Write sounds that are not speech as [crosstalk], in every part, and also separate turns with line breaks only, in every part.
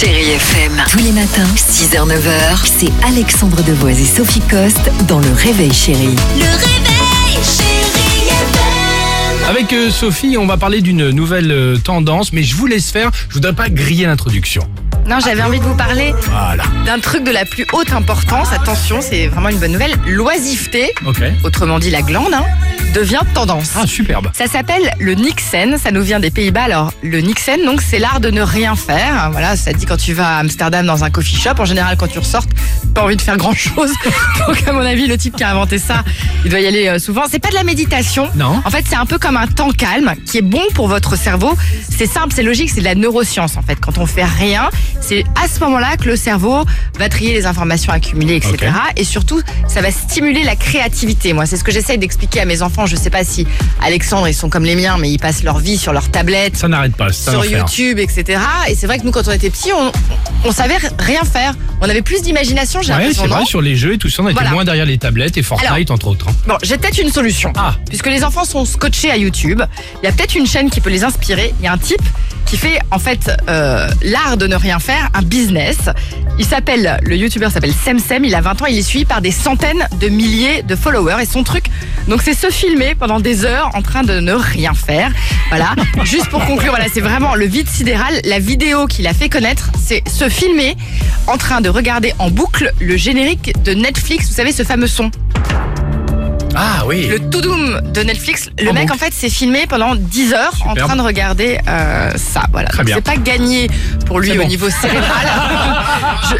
Chérie FM, tous les matins, 6h, 9h, c'est Alexandre Devoise et Sophie Coste dans Le Réveil Chérie.
Le réveil, chérie FM.
Avec euh, Sophie, on va parler d'une nouvelle euh, tendance, mais je vous laisse faire, je voudrais pas griller l'introduction.
Non, j'avais envie de vous parler
Voilà.
d'un truc de la plus haute importance. Attention, c'est vraiment une bonne nouvelle. L'oisiveté,
Ok.
autrement dit la glande, hein, devient tendance.
Ah, superbe.
Ça s'appelle le Nixen, ça nous vient des Pays-Bas. Alors, le Nixen, donc, c'est l'art de ne rien faire. Voilà, ça dit quand tu vas à Amsterdam dans un coffee shop, en général, quand tu ressortes, pas envie de faire grand chose. [laughs] Donc, à mon avis, le type qui a inventé ça, il doit y aller euh, souvent. C'est pas de la méditation.
Non.
En fait, c'est un peu comme un temps calme qui est bon pour votre cerveau. C'est simple, c'est logique, c'est de la neuroscience, en fait. Quand on fait rien, c'est à ce moment-là que le cerveau va trier les informations accumulées, etc.
Ok.
Ah, et surtout, ça va stimuler la créativité. Moi, c'est ce que j'essaye d'expliquer à mes enfants. Je sais pas si Alexandre, ils sont comme les miens, mais ils passent leur vie sur leur tablette,
Ça n'arrête pas, ça
sur YouTube, etc. Et c'est vrai que nous, quand on était petits, on, on savait rien faire. On avait plus d'imagination, j'ai
Ouais,
l'impression.
c'est vrai,
non
sur les jeux et tout ça, on était
Voilà.
moins derrière les tablettes et Fortnite, entre autres. hein.
Bon, j'ai peut-être une solution.
Ah.
Puisque les enfants sont scotchés à YouTube, il y a peut-être une chaîne qui peut les inspirer. Il y a un type qui fait en fait euh, l'art de ne rien faire, un business. Il s'appelle, le youtubeur s'appelle SemSem, il a 20 ans, il est suivi par des centaines de milliers de followers et son truc, donc c'est se filmer pendant des heures en train de ne rien faire. Voilà, [laughs] juste pour conclure, voilà, c'est vraiment le vide sidéral, la vidéo qu'il a fait connaître, c'est se filmer en train de regarder en boucle le générique de Netflix, vous savez ce fameux son
Ah oui.
le tout doom de Netflix. Le
En
mec,
boucle.
en fait, s'est filmé pendant 10 heures
Ah
en
Superbe.
train de regarder euh, ça. Voilà.
Très
Donc,
bien.
C'est pas gagné pour lui
C'est
au
bon.
niveau
[laughs]
cérébral.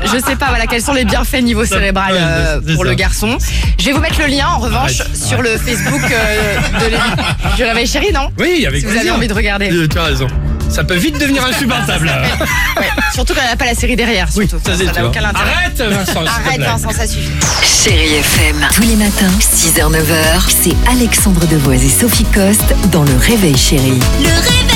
je, je sais pas, voilà, quels sont les bienfaits niveau cérébral
ouais,
euh,
c'est
pour
ça.
le garçon. Je vais vous mettre le lien, en revanche,
Arrête,
sur le Facebook euh, de l'équipe. Je l'avais chéri, non
Oui, avec
Si vous
plaisir.
avez envie de regarder.
Euh, Tu as raison. Ça peut vite devenir insupportable.
Ouais. Surtout quand il n'y a pas la série derrière. Surtout.
Ça, c'est
Ça n'a
sûr.
aucun intérêt.
Arrête, Vincent. s'il te
Arrête,
plaît.
Vincent, ça suffit.
Chérie FM, tous les matins, 6h, 9h, c'est Alexandre Devoise et Sophie Coste dans Le Réveil Chérie.
Le réveil.